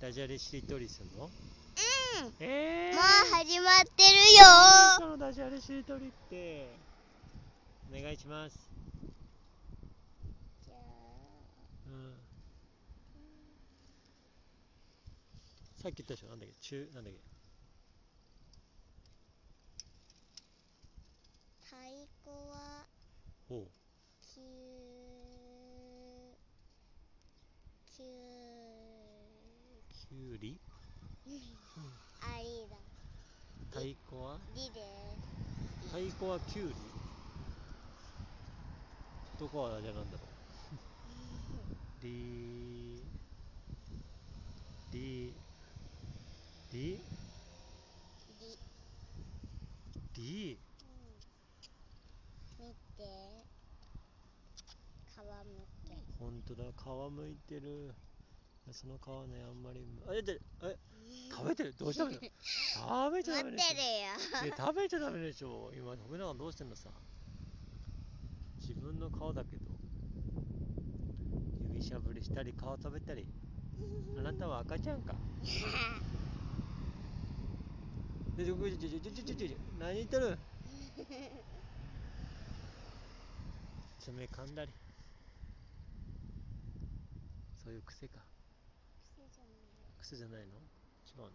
ダジャレしりとりするうんのもえー、う始まってるそよのダジャレしりとりってお願いしますうんさっき言ったでしょなんだっけ中なんだっけ太鼓はおうきゅうきゅうきゅうりありだ太鼓はりで太鼓はきゅうりどこはダジャレなんだろ うりりりすりり見て皮むけほんとだ皮むいてるその皮ねあんまりあえでえ食べてるどうしたの食べちゃダ待メっでてしょるよで食べちゃダメでしょ今徳永どうしてんのさ自分の顔だけど指しゃぶりしたり顔食べたりあなたは赤ちゃんかでちょちょちょちょちょちょちょちょ何言ってる爪噛んだりそういう癖か癖じゃないの違うの